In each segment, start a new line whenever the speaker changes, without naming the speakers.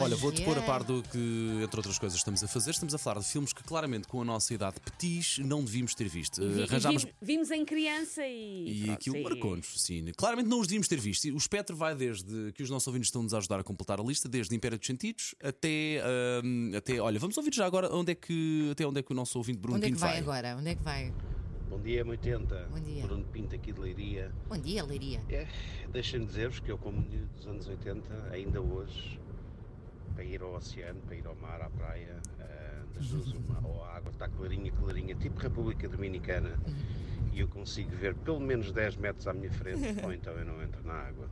Olha, vou-te pôr a
é.
par do que, entre outras coisas, estamos a fazer. Estamos a falar de filmes que, claramente, com a nossa idade petis, não devíamos ter visto.
Vi-
Eh, Arranjámos.
vi- vimos em criança e.
E
pronto,
aquilo é?
e-
marcou-nos, sim. Claramente não os devíamos ter visto. O espectro vai desde que os nossos ouvintes estão-nos a ajudar a completar a lista, desde Império dos Sentidos até. hum, até olha, vamos ouvir já agora onde é que, até onde é que o nosso ouvinte Bruno
Onde é que
Pinto
vai agora? Onde é que vai?
Bom dia, 80.
Bom dia.
Bruno Pinto aqui de Leiria.
Bom dia, Leiria.
É, Deixem-me dizer-vos que eu, como menino dos anos 80, ainda hoje, para ir ao oceano, para ir ao mar, à praia, eh, das duas uma, ou a água está clarinha, clarinha, tipo República Dominicana,
Uhum.
e eu consigo ver pelo menos 10 metros à minha frente, ou então eu não entro na água.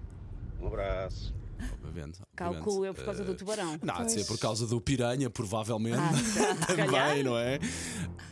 Um abraço.
Obviamente, obviamente.
Calculo eu por causa do
Eh,
tubarão.
Não, há de ser por causa do piranha, provavelmente. Também,
Ah, calhar.
não é?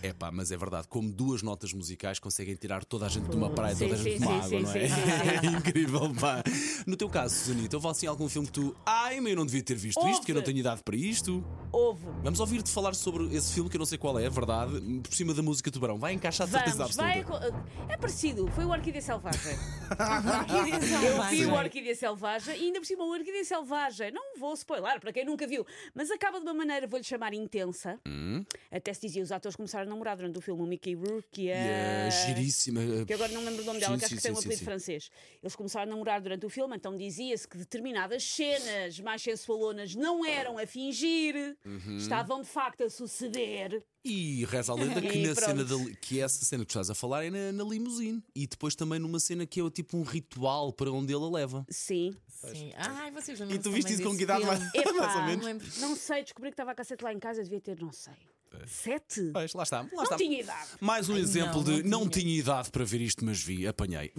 É pá, mas é verdade, como duas notas musicais conseguem tirar toda a gente de uma praia,
Sim,
toda a gente
sim,
de uma
sim,
água,
sim,
não é?
sim, sim,
É incrível, pá. No teu caso, Susanita, houve assim algum filme que tu. Ai, mas eu não devia ter visto isto,
Houve.
que eu não tenho idade para isto.
Houve.
Vamos ouvir-te falar sobre esse filme que eu não sei qual é, é verdade, por cima da música Tubarão. Vai encaixar de certeza
Vamos, vai.
absoluta.
É parecido, foi o Orquídea Selvagem. Eu vi
Selvagem.
o Orquídea Selvagem e ainda por cima o Orquídea Selvagem. Não vou spoiler para quem nunca viu, mas acaba de uma maneira, vou-lhe chamar intensa.
Hum.
Até se dizia, os atores começaram a namorar durante o filme, o Mickey Rourke e
E é
a.
giríssima. eh,
que agora não me lembro o nome dela,
sim,
que acho
sim,
que tem um
sim,
apelido
sim, sim.
francês. Eles começaram a namorar durante o filme, então dizia-se que determinadas cenas mais sensualonas não eram a fingir,
Uhum.
estavam de facto a suceder.
E reza a lenda que,
E
na
pronto.
cena da- que é essa cena que tu estás a falar é na, na limusine. E depois também numa cena que é tipo um ritual para onde ele a leva.
Sim.
Sim. Ai, vocês não
E tu viste isso com que idade mais,
É
mais ou
Epá,
menos?
Não sei, descobri que estava a cassete lá em casa, devia ter, não sei. Sete?
Pois, É. lá está. Lá
Não
está.
tinha idade.
Mais um exemplo
não
de não
tinha.
tinha idade para ver isto, mas vi, apanhei.